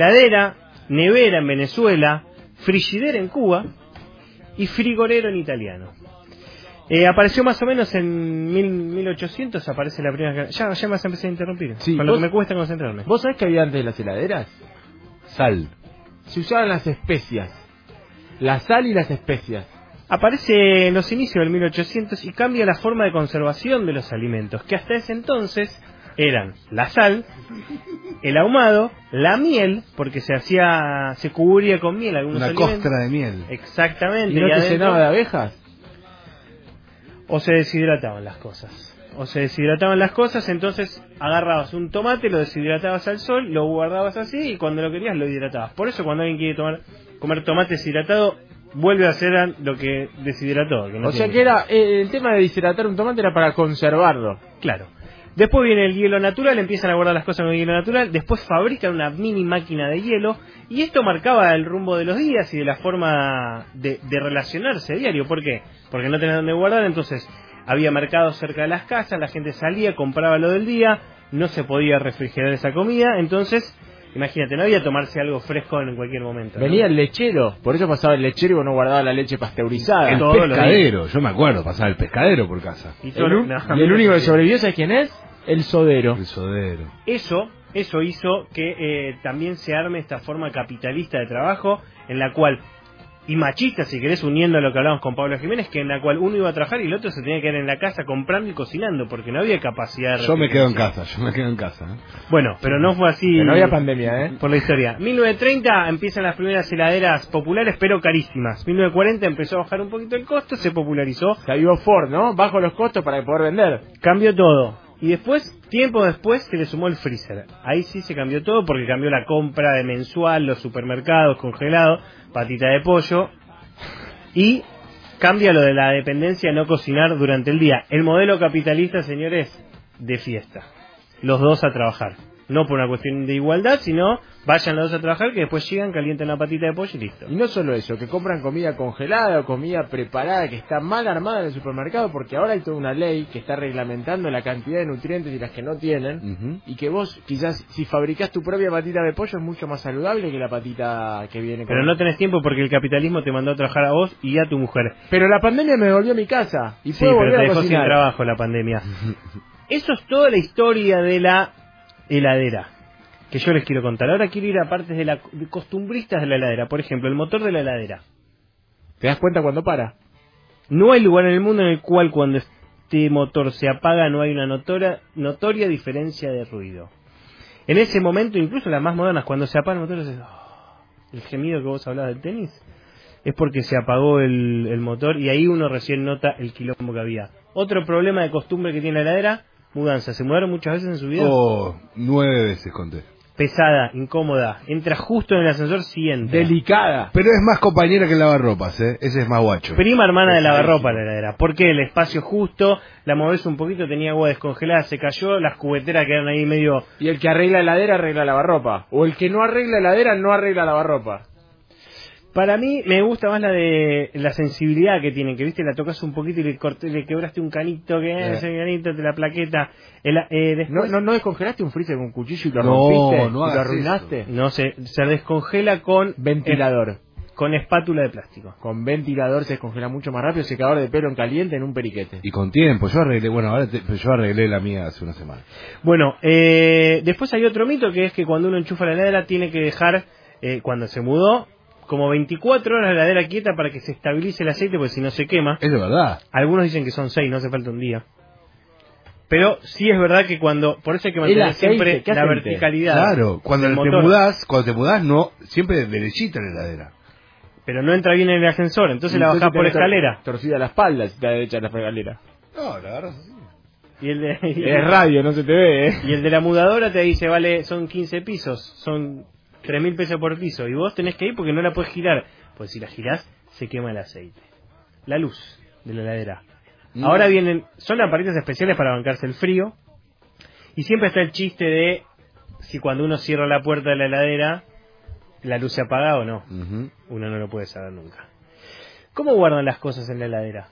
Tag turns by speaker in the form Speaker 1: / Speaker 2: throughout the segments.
Speaker 1: heladera, nevera en Venezuela, frigidera en Cuba y frigorero en italiano. Eh, apareció más o menos en mil- 1800, aparece la primera... Ya, ya me has empezado a interrumpir,
Speaker 2: Sí,
Speaker 1: con lo
Speaker 2: vos-
Speaker 1: que me cuesta concentrarme.
Speaker 2: ¿Vos sabés que había antes de las heladeras? Sal. Se usaban las especias. La sal y las especias.
Speaker 1: Aparece en los inicios del 1800 y cambia la forma de conservación de los alimentos, que hasta ese entonces eran la sal, el ahumado, la miel, porque se hacía, se cubría con miel algunos
Speaker 3: Una
Speaker 1: alimentos.
Speaker 3: costra de miel.
Speaker 1: Exactamente.
Speaker 2: ¿Y no
Speaker 1: y
Speaker 2: te
Speaker 1: adentro-
Speaker 2: llenaba de abejas?
Speaker 1: o se deshidrataban las cosas. O se deshidrataban las cosas, entonces agarrabas un tomate, lo deshidratabas al sol, lo guardabas así y cuando lo querías lo hidratabas. Por eso cuando alguien quiere tomar comer tomate deshidratado, vuelve a hacer a- lo que deshidrató. que no
Speaker 2: O sea
Speaker 1: tiene-
Speaker 2: que era eh, el tema de deshidratar un tomate era para conservarlo.
Speaker 1: Claro. Después viene el hielo natural, empiezan a guardar las cosas con el hielo natural, después fabrican una mini máquina de hielo y esto marcaba el rumbo de los días y de la forma de, de relacionarse a diario. ¿Por qué? Porque no tenés dónde guardar, entonces había mercados cerca de las casas, la gente salía, compraba lo del día, no se podía refrigerar esa comida, entonces imagínate, no había tomarse algo fresco en cualquier momento. ¿no?
Speaker 2: Venía el lechero, por eso pasaba el lechero y vos no guardaba la leche pasteurizada.
Speaker 3: El
Speaker 1: Todos los días.
Speaker 3: pescadero, yo me acuerdo, pasaba el pescadero por casa.
Speaker 1: Y todo-
Speaker 2: El, un-
Speaker 1: no.
Speaker 2: y el único que sobrevivió, ¿sabes quién es? El sodero.
Speaker 3: El sodero.
Speaker 1: Eso, eso hizo que eh, también se arme esta forma capitalista de trabajo en la cual, y machista si querés, uniendo a lo que hablábamos con Pablo Jiménez, que en la cual uno iba a trabajar y el otro se tenía que quedar en la casa comprando y cocinando, porque no había capacidad de...
Speaker 3: Yo me quedo en
Speaker 1: refrigeración.
Speaker 3: casa, yo me quedo en casa. ¿eh?
Speaker 1: Bueno, pero no fue así
Speaker 2: Que No había pandemia, ¿eh?
Speaker 1: por la historia. 1930 empiezan las primeras heladeras populares, pero carísimas. 1940 empezó a bajar un poquito el costo, se popularizó,
Speaker 2: Se avivó Ford, ¿no? Bajo los costos para poder vender.
Speaker 1: cambió todo. Y después, tiempo después, se le sumó el freezer. Ahí sí se cambió todo porque cambió la compra de mensual, los supermercados, congelado, patita de pollo. Y cambia lo de la dependencia no cocinar durante el día. El modelo capitalista, señores, de fiesta. Los dos a trabajar. No por una cuestión de igualdad, sino vayan los dos a trabajar que después llegan, calientan la patita de pollo y listo.
Speaker 2: Y no solo eso, que compran comida congelada o comida preparada que está mal armada en el supermercado, porque ahora hay toda una ley que está reglamentando la cantidad de nutrientes y las que no tienen.
Speaker 3: Ujú.
Speaker 2: Y que vos, quizás, si fabricás tu propia patita de pollo, es mucho más saludable que la patita que viene con.
Speaker 1: Pero no tenés tiempo porque el capitalismo te mandó a trabajar a vos y a tu mujer.
Speaker 2: Pero la pandemia me devolvió a mi casa. Y
Speaker 1: Sí, pero
Speaker 2: puedo volver
Speaker 1: te
Speaker 2: a
Speaker 1: dejó sin
Speaker 2: cocinar.
Speaker 1: trabajo la pandemia. Eso es toda la historia de la heladera que yo les quiero contar. Ahora quiero ir a partes de la de costumbristas de la heladera. Por ejemplo, el motor de la heladera.
Speaker 2: ¿Te das cuenta cuando para?
Speaker 1: No hay lugar en el mundo en el cual cuando este motor se apaga no hay una notora- notoria diferencia de ruido. En ese momento, incluso las más modernas, cuando se apaga el motor, haces, "Oh", el gemido que vos hablabas del tenis, es porque se apagó el, el motor y ahí uno recién nota el quilombo que había. Otro problema de costumbre que tiene la heladera, mudanza. ¿Se mudaron muchas veces en su vida?
Speaker 3: Oh, nueve veces conté.
Speaker 1: Pesada, incómoda. Entra justo en el ascensor, sí entra.
Speaker 2: Delicada.
Speaker 3: Pero es más compañera que el lavarropas, ¿eh? Ese es más guacho.
Speaker 1: Prima hermana de
Speaker 3: Pesadísimo.
Speaker 1: lavarropa la heladera. Porque el espacio justo, la movés un poquito, tenía agua descongelada, se cayó, las cubeteras quedaron ahí medio.
Speaker 2: Y el que arregla heladera arregla lavarropa. O el que no arregla heladera no arregla lavarropa.
Speaker 1: Para mí me gusta más la de la sensibilidad que tienen, que viste, la tocas un poquito y le, corté- le quebraste un canito, que
Speaker 3: Eh.
Speaker 1: es el canito de la plaqueta. El- eh,
Speaker 2: ¿No,
Speaker 1: después,
Speaker 2: no, no descongelaste un freezer con un cuchillo y lo
Speaker 3: No,
Speaker 2: rompiste?
Speaker 3: no
Speaker 2: y lo
Speaker 3: hagas
Speaker 2: arruinaste.
Speaker 1: no sé, se descongela con eh,
Speaker 2: Ventilador.
Speaker 1: con espátula de plástico.
Speaker 2: Con ventilador se descongela mucho más rápido, secador de pelo en caliente en un periquete.
Speaker 3: Y con tiempo, yo arreglé, bueno, ahora te- yo arreglé la mía hace una semana.
Speaker 1: Bueno, eh, después hay otro mito que es que cuando uno enchufa la heladera tiene que dejar, eh, cuando se mudó, como 24 horas la heladera quieta para que se estabilice el aceite, porque si no se quema.
Speaker 3: Es de verdad.
Speaker 1: Algunos dicen que son 6, no hace falta un día. Pero sí es verdad que cuando, por eso hay que mantener
Speaker 2: El aceite,
Speaker 1: siempre
Speaker 2: ¿qué
Speaker 1: la
Speaker 2: aceite?
Speaker 1: verticalidad.
Speaker 3: Claro, cuando
Speaker 1: del
Speaker 3: te
Speaker 1: motor.
Speaker 3: mudás, cuando te mudás, no, siempre derechita la heladera.
Speaker 1: Pero no entra bien en el ascensor, entonces, la bajás por
Speaker 2: tenés tor-
Speaker 1: escalera.
Speaker 2: Torcida la espalda si te derecha la escalera.
Speaker 3: No, la agarras así.
Speaker 1: Y el, de, y el-
Speaker 2: Es radio, no se te ve, ¿eh?
Speaker 1: y el de la mudadora te dice, vale, son 15 pisos, son 3 mil pesos por piso. Y vos tenés que ir porque no la puedes girar. Pues si la girás, se quema el aceite. La luz de la heladera. Ahora vienen, son lamparitas especiales para bancarse el frío. Y siempre está el chiste de si cuando uno cierra la puerta de la heladera, la luz se apaga o no.
Speaker 3: Ujú.
Speaker 1: Uno no lo puede saber nunca. ¿Cómo guardan las cosas en la heladera?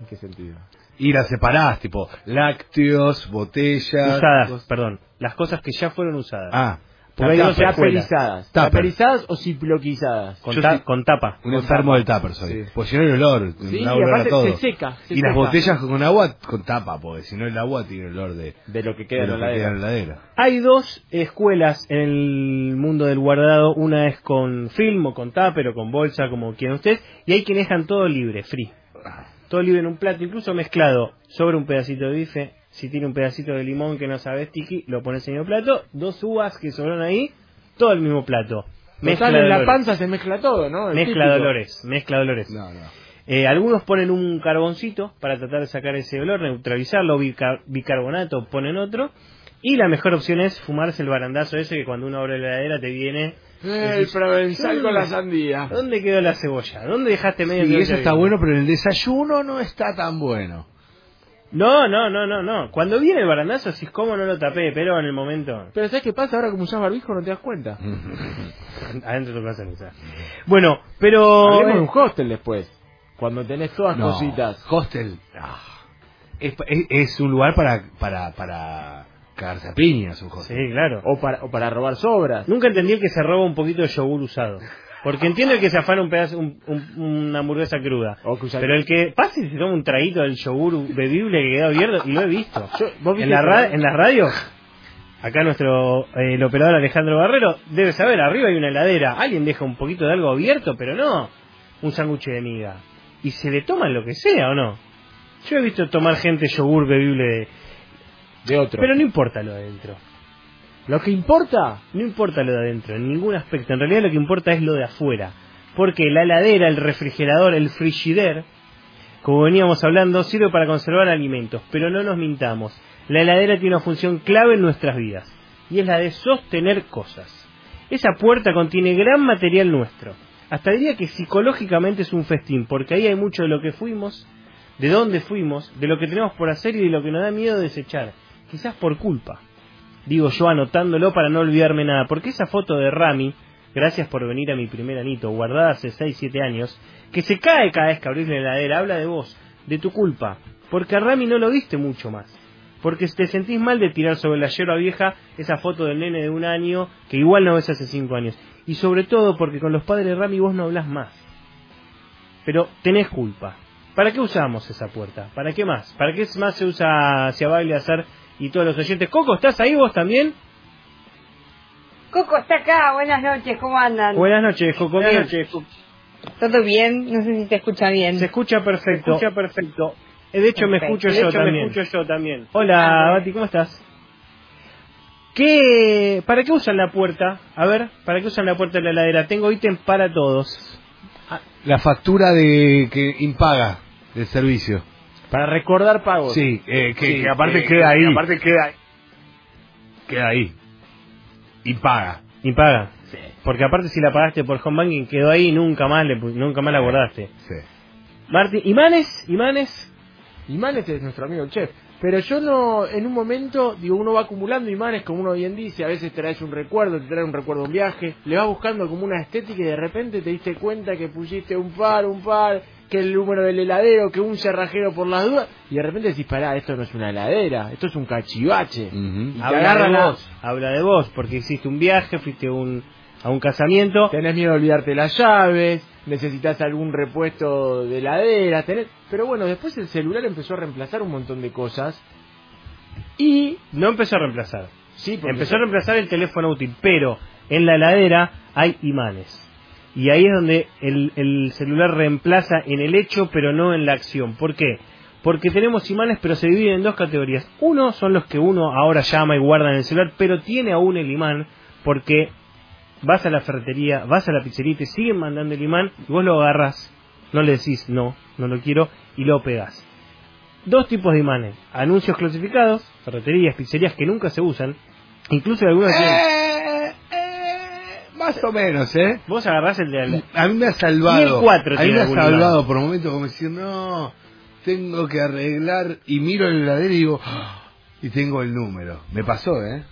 Speaker 2: ¿En qué sentido?
Speaker 3: Y la separás, tipo, lácteos, botellas.
Speaker 1: Usadas,
Speaker 3: cosas-
Speaker 1: perdón. Las cosas que ya fueron usadas.
Speaker 3: Ah,
Speaker 2: Porque hay
Speaker 1: Acá
Speaker 2: dos
Speaker 1: se cuela.
Speaker 2: taperizadas.
Speaker 3: Tupper.
Speaker 2: Taperizadas o ciploquizadas.
Speaker 1: Con,
Speaker 3: Yo
Speaker 1: ta-
Speaker 3: sí-
Speaker 1: con tapa.
Speaker 3: Un enfermo del tupper soy.
Speaker 2: Sí.
Speaker 3: Pues si no el olor,
Speaker 2: Sí,
Speaker 3: da
Speaker 2: y
Speaker 3: olor
Speaker 2: aparte
Speaker 3: a todo.
Speaker 2: se seca, se
Speaker 3: y las
Speaker 2: seca.
Speaker 3: botellas con agua con tapa, porque si no el agua tiene olor de,
Speaker 2: De lo que
Speaker 3: de
Speaker 2: queda
Speaker 3: lo
Speaker 2: en la
Speaker 3: que queda
Speaker 2: heladera.
Speaker 3: en la heladera.
Speaker 1: Hay dos escuelas en el mundo del guardado. Una es con film o con tupper o con bolsa, como quieran ustedes. Y hay quienes dejan todo libre, free. Todo libre en un plato, incluso mezclado. Sobre un pedacito de bife. Si tiene un pedacito de limón que no sabes, tiki, lo pones en el plato. Dos uvas que sobraron ahí, todo el mismo plato.
Speaker 2: Mezcla en la panza se mezcla todo, ¿no? El
Speaker 1: Mezcla
Speaker 2: típico.
Speaker 1: dolores, mezcla dolores.
Speaker 3: No, no.
Speaker 1: Eh, algunos ponen un carboncito para tratar de sacar ese olor, neutralizarlo, bica- bicarbonato, ponen otro. Y la mejor opción es fumarse el barandazo ese que cuando uno abre la heladera te viene... "Ah,
Speaker 2: El provenzal "Eh, con la sandía.
Speaker 1: ¿Dónde quedó la cebolla? ¿Dónde dejaste medio
Speaker 3: Y
Speaker 1: cebolla
Speaker 3: eso está
Speaker 1: bien?"
Speaker 3: bueno, pero en el desayuno no está tan bueno.
Speaker 1: No, no, no, no, no. Cuando viene el barandazo, si es como no lo tapé, pero en el momento...
Speaker 2: Pero ¿sabes qué pasa? Ahora como usas barbijo no te das cuenta.
Speaker 1: Adentro de tu casa no está. Bueno, pero... eh,
Speaker 2: Hablemos de un hostel después. Cuando tenés todas
Speaker 3: eh. No,
Speaker 2: cositas.
Speaker 3: Hostel. ah. Es, pa- es- es un lugar para, para, para cagarse a piñas, un hostel.
Speaker 1: Sí, claro.
Speaker 2: O para, o para robar sobras.
Speaker 1: Nunca entendí el que se roba un poquito de yogur usado. Porque entiendo el que se afana un pedazo, un- un- una hamburguesa cruda.
Speaker 2: O que usa-
Speaker 1: Pero el que pasa y se toma un traguito del yogur bebible que queda abierto, y lo he visto.
Speaker 2: Yo- ¿vos viste
Speaker 1: en, la
Speaker 2: el
Speaker 1: ra-
Speaker 2: programa?
Speaker 1: en las radios, acá nuestro eh, el operador Alejandro Barrero debe saber, arriba hay una heladera. Alguien deja un poquito de algo abierto, pero no un sándwich de miga. Y se le toma lo que sea, ¿o no? Yo he visto tomar gente yogur bebible de...
Speaker 2: De otro.
Speaker 1: Pero no importa lo de adentro.
Speaker 2: Lo que importa.
Speaker 1: No importa lo de adentro, en ningún aspecto. En realidad lo que importa es lo de afuera. Porque la heladera, el refrigerador, el frigider, como veníamos hablando, sirve para conservar alimentos. Pero no nos mintamos. La heladera tiene una función clave en nuestras vidas. Y es la de sostener cosas. Esa puerta contiene gran material nuestro. Hasta diría que psicológicamente es un festín, porque ahí hay mucho de lo que fuimos, de dónde fuimos, de lo que tenemos por hacer y de lo que nos da miedo desechar. Quizás por culpa digo yo anotándolo para no olvidarme nada, porque esa foto de Rami, gracias por venir a mi primer anito, guardada hace 6, 7 años, que se cae cada vez que abrís la heladera, habla de vos, de tu culpa, porque a Rami no lo viste mucho más. Porque te sentís mal de tirar sobre la yerba vieja esa foto del nene de un año que igual no ves hace 5 años. Y sobre todo porque con los padres de Rami vos no hablás más. Pero tenés culpa. ¿Para qué usamos esa puerta? ¿Para qué más? ¿Para qué más se usa hacia baile, hacer y todos los oyentes? Coco, ¿estás ahí vos también?
Speaker 4: Coco está acá, buenas noches, ¿cómo andan?
Speaker 1: Buenas noches, Coco.
Speaker 4: Buenas
Speaker 1: Bien.
Speaker 4: noches. ¿Todo bien? No sé si te escucha bien.
Speaker 1: Se escucha perfecto.
Speaker 4: Se escucha
Speaker 1: perfecto. De hecho, me
Speaker 4: Ok.
Speaker 1: escucho,
Speaker 4: De
Speaker 1: yo,
Speaker 4: hecho, me
Speaker 1: también.
Speaker 4: escucho
Speaker 1: Hola,
Speaker 4: Ah,
Speaker 1: Bati, ¿cómo estás? ¿Qué, ¿Para qué usan la puerta? A ver, ¿para qué usan la puerta de la heladera? Tengo ítem para todos.
Speaker 3: La factura de que impaga del servicio.
Speaker 2: Para recordar pagos.
Speaker 3: Sí, eh, que,
Speaker 2: Sí,
Speaker 3: que aparte
Speaker 2: eh,
Speaker 3: queda ahí.
Speaker 2: que
Speaker 3: aparte queda ahí. Queda ahí. Impaga.
Speaker 1: Y paga. Porque aparte si la pagaste por home banking quedó ahí y nunca más, le, pu- nunca más la guardaste.
Speaker 3: Sí.
Speaker 1: Martín, ¿imanes? ¿Imanes?
Speaker 2: Imanes es nuestro amigo el chef. Pero yo no, en un momento, digo, uno va acumulando imanes, como uno bien dice, a veces traes un recuerdo, te trae un recuerdo a un viaje, le vas buscando como una estética y de repente te diste cuenta que pusiste un par, un par, que el número del heladero, que un cerrajero por las dudas, y de repente decís, pará, esto no es una heladera, esto es un cachivache. Y
Speaker 3: Ujú.
Speaker 2: te
Speaker 1: Habla
Speaker 2: agarra
Speaker 1: de
Speaker 2: la-
Speaker 1: vos. Habla de vos, porque hiciste un viaje, fuiste a un, a un casamiento.
Speaker 2: Tenés miedo de olvidarte las llaves, necesitas algún repuesto de heladera, tenés... Pero bueno, después el celular empezó a reemplazar un montón de cosas. Y...
Speaker 1: No empezó a reemplazar.
Speaker 2: Sí, porque-
Speaker 1: Empezó a reemplazar el teléfono útil, pero en la heladera hay imanes. Y ahí es donde el, el celular reemplaza en el hecho, pero no en la acción. ¿Por qué? Porque tenemos imanes, pero se dividen en dos categorías. Uno son los que uno ahora llama y guarda en el celular, pero tiene aún el imán, porque vas a la ferretería, vas a la pizzería y te siguen mandando el imán, y vos lo agarras, no le decís no, no lo quiero, y lo pegas. Dos tipos de imanes, anuncios clasificados, ferreterías, pizzerías que nunca se usan, incluso algunos tienen-
Speaker 3: Eh, eh, más o menos, ¿eh?
Speaker 1: Vos agarrás el de al-
Speaker 3: A mí me ha
Speaker 1: Y el
Speaker 3: salvado.
Speaker 1: cuatro
Speaker 3: a mí
Speaker 1: tiene
Speaker 3: me ha
Speaker 1: algún
Speaker 3: salvado por momentos como decir, no, tengo que arreglar. Y miro el heladero y digo, "Ah", y tengo el número. Me pasó, ¿eh?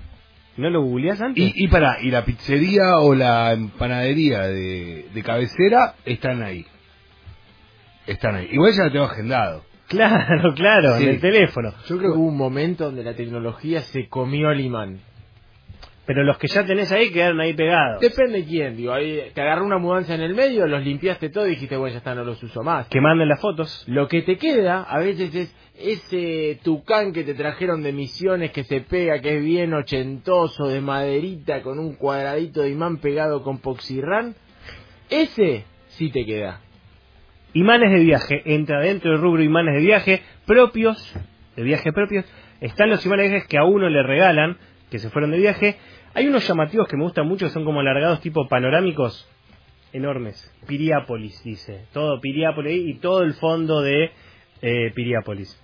Speaker 1: ¿No lo googleás antes?
Speaker 3: Y, y para, y la pizzería o la empanadería de, de cabecera están ahí. Están ahí. Igual ya lo tengo agendado.
Speaker 1: Claro, claro,
Speaker 3: Sí.
Speaker 1: en el teléfono.
Speaker 2: Yo creo que hubo un momento donde la tecnología se comió al imán.
Speaker 1: Pero los que ya tenés ahí quedaron ahí pegados.
Speaker 2: Depende quién, digo, ahí te agarró una mudanza en el medio, los limpiaste todo y dijiste, bueno, ya está, no los uso más.
Speaker 1: Que manden las fotos.
Speaker 2: Lo que te queda a veces es ese tucán que te trajeron de misiones que se pega, que es bien ochentoso, de maderita, con un cuadradito de imán pegado con poxirrán. Ese sí te queda.
Speaker 1: Imanes de viaje. Entra dentro del rubro imanes de viaje propios. De viaje propios. Están los imanes de viaje que a uno le regalan, que se fueron de viaje. Hay unos llamativos que me gustan mucho, que son como alargados tipo panorámicos. Enormes. Piriápolis, dice. Todo Piriápolis ahí y todo el fondo de eh, Piriápolis.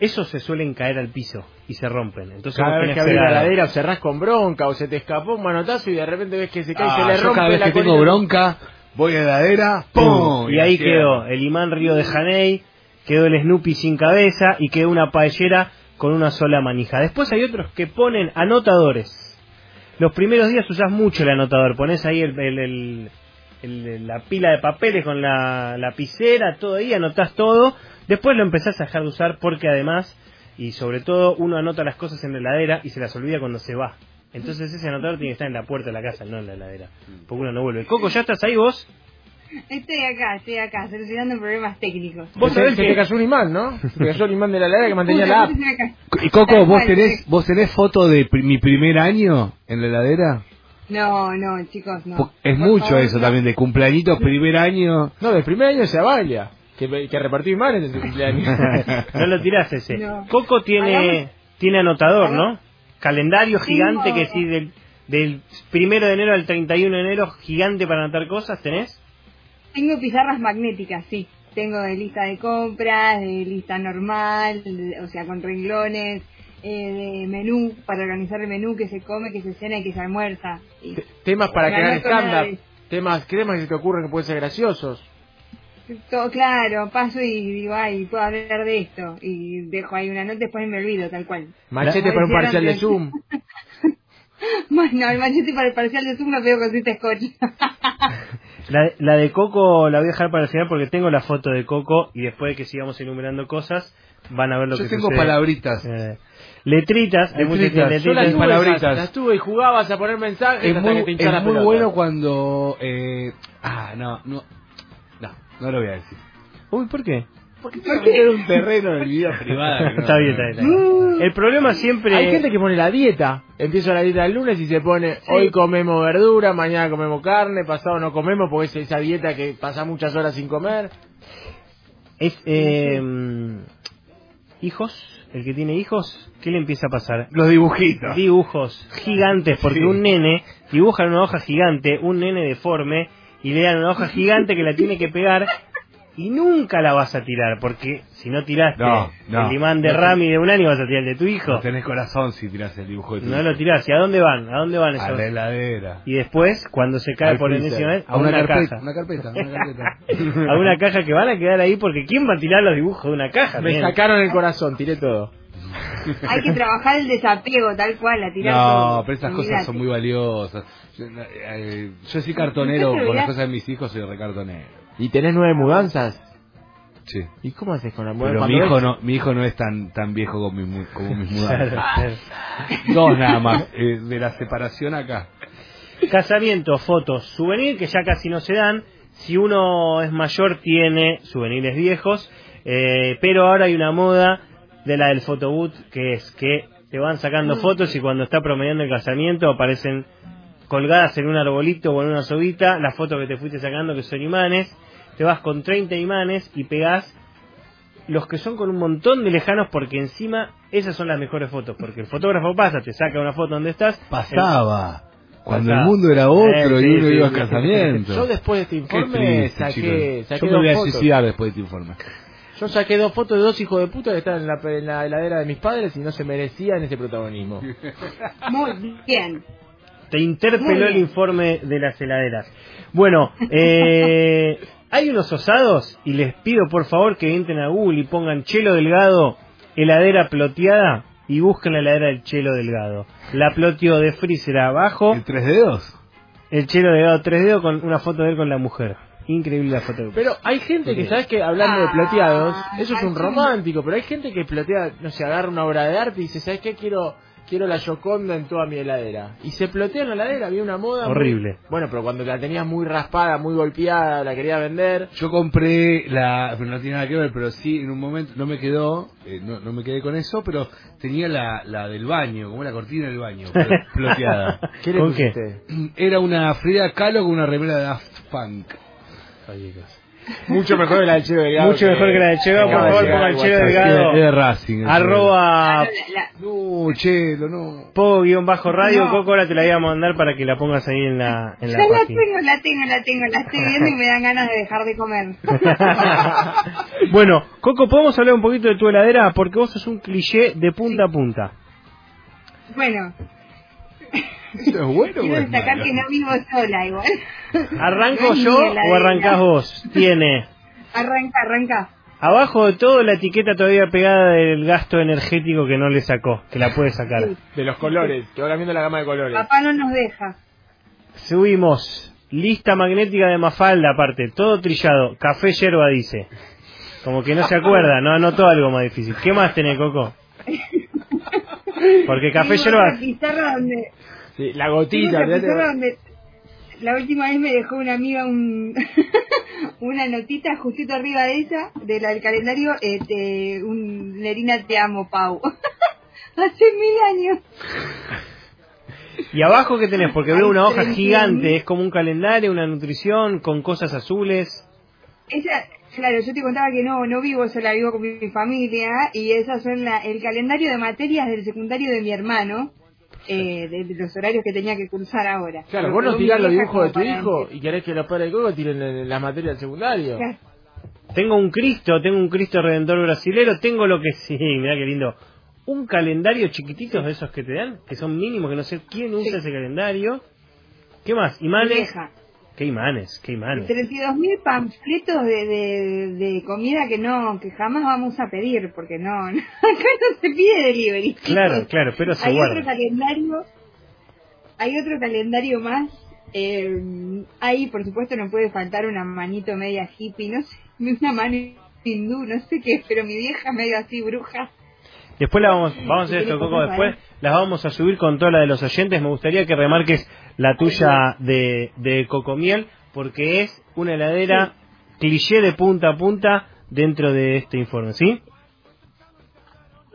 Speaker 1: Esos se suelen caer al piso y se rompen. Entonces
Speaker 2: Cada
Speaker 1: vos tenés
Speaker 2: vez que abrís la
Speaker 1: pegar-
Speaker 2: ladera o cerrás con bronca o se te escapó un manotazo y de repente ves que se cae y
Speaker 3: Ah,
Speaker 2: se le
Speaker 3: yo
Speaker 2: rompe
Speaker 3: cada vez
Speaker 2: la
Speaker 3: que tengo
Speaker 2: colita.
Speaker 3: bronca, voy a la heladera, ¡pum!
Speaker 1: Y ahí
Speaker 3: la
Speaker 1: quedó el imán Río de Janey, quedó el Snoopy sin cabeza y quedó una paellera con una sola manija. Después hay otros que ponen anotadores. Los primeros días usás mucho el anotador, pones ahí el- el- el- el- la pila de papeles con la lapicera, todo ahí, anotás todo. Después lo empezás a dejar de usar porque además, y sobre todo, uno anota las cosas en la heladera y se las olvida cuando se va. Entonces ese anotador tiene que estar en la puerta de la casa, no en la heladera. Porque uno no vuelve. Coco, ¿ya estás ahí vos?
Speaker 4: Estoy acá, estoy acá, solucionando problemas técnicos.
Speaker 1: Vos
Speaker 2: Se,
Speaker 1: sabés
Speaker 2: se
Speaker 1: que-
Speaker 2: te cayó un imán, ¿no? Se te cayó el imán de la ladera que mantenía
Speaker 4: Puta,
Speaker 2: la app.
Speaker 4: estoy acá.
Speaker 3: Y Coco,
Speaker 4: Tal
Speaker 3: ¿vos
Speaker 4: cual,
Speaker 3: tenés,
Speaker 4: sí.
Speaker 3: ¿vos tenés foto de pri- mi primer año en la heladera?
Speaker 4: No, no, chicos, no.
Speaker 3: Po- Es
Speaker 4: Por
Speaker 3: mucho
Speaker 4: favor,
Speaker 3: eso
Speaker 4: no.
Speaker 3: también, de cumpleañitos, primer año.
Speaker 2: No, del primer año se baila. Que, que repartió imanes en tu cumpleaños.
Speaker 1: No lo tirás ese.
Speaker 4: No.
Speaker 1: Coco tiene,
Speaker 4: Hagamos-
Speaker 1: tiene anotador, ¿no? Calendario gigante
Speaker 4: Tengo-
Speaker 1: que sí, del, del primero de enero al 31 de enero, gigante para anotar cosas, ¿tenés?
Speaker 4: Tengo pizarras magnéticas, sí. Tengo de lista de compras, de lista normal, de- o sea, con renglones, eh, de menú, para organizar el menú que se come, que se cena y que se almuerza. Y
Speaker 2: Te- temas para
Speaker 4: Me
Speaker 2: crear
Speaker 4: anoto nada de
Speaker 2: stand-up. Temas, ¿qué temas que se te ocurren que pueden ser graciosos?
Speaker 4: todo claro, paso y digo, ay, puedo hablar de esto. Y dejo ahí una nota, después me olvido, tal cual.
Speaker 2: Machete
Speaker 4: La-
Speaker 2: para un
Speaker 4: Como
Speaker 2: parcial de
Speaker 4: hicieron
Speaker 2: Zoom.
Speaker 4: Bueno, el machete para el parcial de Zoom lo veo con cita scotch.
Speaker 1: La, la de Coco la voy a dejar para el final porque tengo la foto de Coco y después de que sigamos enumerando cosas, van a ver lo
Speaker 3: Yo
Speaker 1: que
Speaker 3: tengo
Speaker 1: sucede.
Speaker 3: palabritas.
Speaker 1: Eh, letritas, hay muchas
Speaker 3: Letritas.
Speaker 1: letritas.
Speaker 2: Yo las tuve,
Speaker 3: palabritas.
Speaker 2: esas, las tuve y jugabas a poner mensajes
Speaker 3: Es
Speaker 2: hasta
Speaker 3: muy,
Speaker 2: que te
Speaker 3: es
Speaker 2: hinchas la
Speaker 3: muy
Speaker 2: pelota.
Speaker 3: bueno cuando... eh, ah, no, no, no, no lo voy a decir.
Speaker 1: Uy, ¿por qué?
Speaker 3: Porque tengo que tener un terreno en mi vida privada.
Speaker 1: está bien, está bien. está bien. El problema siempre...
Speaker 2: Hay gente que pone la dieta. Empieza la dieta el lunes y se pone, hoy comemos verdura, mañana comemos carne, pasado no comemos porque es esa dieta que pasa muchas horas sin comer.
Speaker 1: Es, eh, mm, hijos, el que tiene hijos, ¿qué le empieza a pasar?
Speaker 3: Los dibujitos.
Speaker 1: Dibujos gigantes, porque
Speaker 3: Sí.
Speaker 1: un nene dibuja en una hoja gigante, un nene deforme, y le dan una hoja gigante que la tiene que pegar, y nunca la vas a tirar, porque si no tiraste
Speaker 3: No, no.
Speaker 1: el imán de
Speaker 3: No,
Speaker 1: Rami de un año, vas a tirar el de tu hijo.
Speaker 3: No tenés corazón si tirás el dibujo de tu
Speaker 1: No
Speaker 3: hijo.
Speaker 1: lo tirás, ¿y a dónde van? ¿A dónde van
Speaker 3: A
Speaker 1: esos?
Speaker 3: la heladera.
Speaker 1: Y después, cuando se cae
Speaker 3: Al
Speaker 1: por
Speaker 3: freezer.
Speaker 1: enésima vez,
Speaker 3: A una, carpeta,
Speaker 1: caja.
Speaker 3: una carpeta, una carpeta.
Speaker 1: A una caja que van a quedar ahí, porque ¿quién va a tirar los dibujos de una caja?
Speaker 2: Me
Speaker 1: nene?
Speaker 2: sacaron el corazón, tiré todo.
Speaker 4: Hay que trabajar el desapego, tal cual, a tirar
Speaker 3: No,
Speaker 4: todo.
Speaker 3: pero esas
Speaker 4: Olvídate.
Speaker 3: cosas son muy valiosas. Yo, eh, yo soy cartonero,
Speaker 4: Nunca te
Speaker 3: con las
Speaker 4: olvidás.
Speaker 3: cosas de mis hijos soy recartonero.
Speaker 2: ¿Y tenés nueve mudanzas?
Speaker 3: Sí.
Speaker 2: ¿Y cómo haces con la
Speaker 3: Pero
Speaker 2: mudanza?
Speaker 3: mi hijo, no, mi hijo no es tan tan viejo como mis, mu- como mis
Speaker 1: Claro,
Speaker 3: mudanzas.
Speaker 1: claro.
Speaker 3: Dos nada más, eh, de la separación acá.
Speaker 1: Casamiento, fotos, souvenir que ya casi no se dan. Si uno es mayor tiene souvenirs viejos, eh, pero ahora hay una moda de la del photoboot que es que te van sacando fotos y cuando está promediando el casamiento aparecen colgadas en un arbolito o en una sobita las fotos que te fuiste sacando que son imanes. Te vas con 30 imanes y pegás los que son con un montón de lejanos porque encima esas son las mejores fotos porque el fotógrafo pasa, te saca una foto donde estás, el-
Speaker 3: Eh, Pasaba. Cuando
Speaker 1: Pasaba.
Speaker 3: el mundo era otro
Speaker 1: Eh,
Speaker 3: y
Speaker 1: sí,
Speaker 3: uno
Speaker 1: sí,
Speaker 3: iba a
Speaker 1: sí.
Speaker 3: casamiento.
Speaker 2: Yo después de este
Speaker 3: Qué
Speaker 2: informe
Speaker 3: triste,
Speaker 2: saqué,
Speaker 3: chicos.
Speaker 2: saqué
Speaker 3: Yo me
Speaker 2: dos
Speaker 3: voy a
Speaker 2: fotos.
Speaker 3: suicidar después de este informe.
Speaker 2: Yo saqué dos fotos de dos hijos de puta que están en la, en la heladera de mis padres y no se merecían ese protagonismo.
Speaker 4: Muy bien.
Speaker 1: Te interpeló
Speaker 4: Muy
Speaker 1: el
Speaker 4: bien.
Speaker 1: informe de las heladeras. Bueno, eh, hay unos osados y les pido por favor que entren a Google y pongan Chelo Delgado, heladera ploteada y busquen la heladera del Chelo Delgado. La ploteó de freezer abajo,
Speaker 3: ¿El tres dedos?
Speaker 1: el Chelo Delgado tres dedos con una foto de él con la mujer. Increíble la foto.
Speaker 2: Pero hay gente que,
Speaker 1: Sí.
Speaker 2: ¿sabes que Hablando de plateados,
Speaker 4: Ah,
Speaker 2: eso es un
Speaker 4: sí.
Speaker 2: romántico, pero hay gente que platea, no sé, agarra una obra de arte y dice, ¿sabes qué? Quiero quiero la Yoconda en toda mi heladera. Y se plotea en la heladera, había una moda... muy-
Speaker 1: Horrible.
Speaker 2: Bueno, pero cuando la tenías muy raspada, muy golpeada, la querías vender...
Speaker 3: Yo compré la, pero no tiene nada que ver, pero sí, en un momento, no me quedó, eh, no, no me quedé con eso, pero tenía la, la del baño, como la cortina del baño, pl- ploteada.
Speaker 2: ¿Qué le
Speaker 1: ¿Con qué?
Speaker 2: pusiste?
Speaker 3: Era una Frida Kahlo con una remera de Daft Punk.
Speaker 2: Mucho mejor que la de Cheo Delgado.
Speaker 1: Mucho mejor que la de Cheva, por
Speaker 2: Acaba de
Speaker 1: favor,
Speaker 2: llegar
Speaker 1: ponga
Speaker 2: el
Speaker 1: el Cheva
Speaker 2: WhatsApp.
Speaker 3: Era, era
Speaker 1: Delgado.
Speaker 3: Racing. eso.
Speaker 1: Arroba
Speaker 4: Ah, La-
Speaker 3: No, Chelo, no.
Speaker 1: po-radio,
Speaker 4: No.
Speaker 1: Coco, ahora te la voy a mandar para que la pongas ahí en la, en
Speaker 4: Ya
Speaker 1: la
Speaker 4: la
Speaker 1: página.
Speaker 4: tengo, la tengo, la tengo, la estoy viendo y me dan ganas de dejar de comer.
Speaker 1: bueno, Coco, ¿podemos hablar un poquito de tu heladera? Porque vos sos un cliché de punta a punta.
Speaker 4: Bueno,
Speaker 3: Eso es bueno,
Speaker 4: quiero
Speaker 3: o es
Speaker 4: destacar
Speaker 3: malo?
Speaker 4: que no vivo sola igual.
Speaker 1: ¿Arranco
Speaker 4: No es
Speaker 1: yo
Speaker 4: mi heladera.
Speaker 1: o arrancás vos? Tiene
Speaker 4: Arranca, arranca.
Speaker 1: abajo de todo la etiqueta todavía pegada del gasto energético que no le sacó, que la puede sacar.
Speaker 2: De los colores, que ahora viendo la gama de colores.
Speaker 4: Papá no nos deja.
Speaker 1: Subimos. Lista magnética de Mafalda, aparte. Todo trillado. Café yerba, dice. Como que no se acuerda, no anotó algo más difícil. ¿Qué más tenés, Coco? Porque café
Speaker 4: Tengo
Speaker 1: yerba...
Speaker 4: otra pizarra donde,
Speaker 2: Sí, la
Speaker 4: tengo
Speaker 2: gotita,
Speaker 4: otra
Speaker 2: mirá,
Speaker 4: pizarra donde- la última vez me dejó una amiga un, una notita justito arriba de esa, del al- calendario, este, un Nerina te amo, Pau. Hace mil años.
Speaker 1: Y abajo, ¿qué tenés? Porque veo una hoja
Speaker 4: Ay,
Speaker 1: gigante.
Speaker 4: sí.
Speaker 1: Es como un calendario, una nutrición, con cosas azules.
Speaker 4: Esa, claro, yo te contaba que no, no vivo sola, vivo con mi, mi familia y esas son la, el calendario de materias del secundario de mi hermano, eh, de, de los horarios que tenía que cursar ahora.
Speaker 2: Claro,
Speaker 4: Lo
Speaker 2: vos nos
Speaker 4: pegó mi
Speaker 2: tirás los
Speaker 4: vieja
Speaker 2: dibujos de tu
Speaker 4: como para
Speaker 2: hijo
Speaker 4: decir,
Speaker 2: y querés que los padres de Coco tiren en- en las materias del secundario.
Speaker 4: "Claro,
Speaker 1: Tengo un Cristo, tengo un Cristo Redentor brasilero, tengo lo que sí, mirá qué lindo. Un calendario chiquitito de esos que te dan, que son mínimos, que no sé quién usa
Speaker 4: Sí.
Speaker 1: ese calendario. ¿Qué más?
Speaker 4: mi
Speaker 1: Imanes.
Speaker 4: vieja,
Speaker 1: ¿Qué imanes? ¿Qué imanes?
Speaker 4: 32.000 panfletos de, de, de comida que no, que jamás vamos a pedir, porque no, acá no se pide delivery.
Speaker 1: Claro, claro, pero se
Speaker 4: hay otro
Speaker 1: guarda.
Speaker 4: calendario hay otro calendario más eh, ahí por supuesto no puede faltar una manito media hippie no sé una mano hindú no sé qué pero mi vieja medio así bruja
Speaker 1: Después la vamos, vamos a hacer
Speaker 4: Si
Speaker 1: esto,
Speaker 4: querés
Speaker 1: Coco,
Speaker 4: cosas,
Speaker 1: después
Speaker 4: ¿eh?
Speaker 1: las vamos a subir con toda la de los oyentes. Me gustaría que remarques la tuya de, de Cocomiel, porque es una heladera cliché de punta a punta dentro de este informe, ¿sí?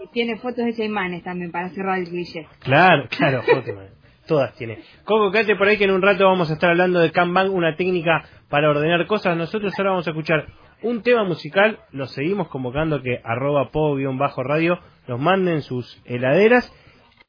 Speaker 4: y tiene fotos de chaimanes también para cerrar el cliché
Speaker 1: Claro, claro, Hotman. Todas tiene. Coco, quédate por ahí que en un rato vamos a estar hablando de Kanban, una técnica para ordenar cosas. Nosotros ahora vamos a escuchar un tema musical. Los seguimos convocando que arroba po-radio nos manden sus heladeras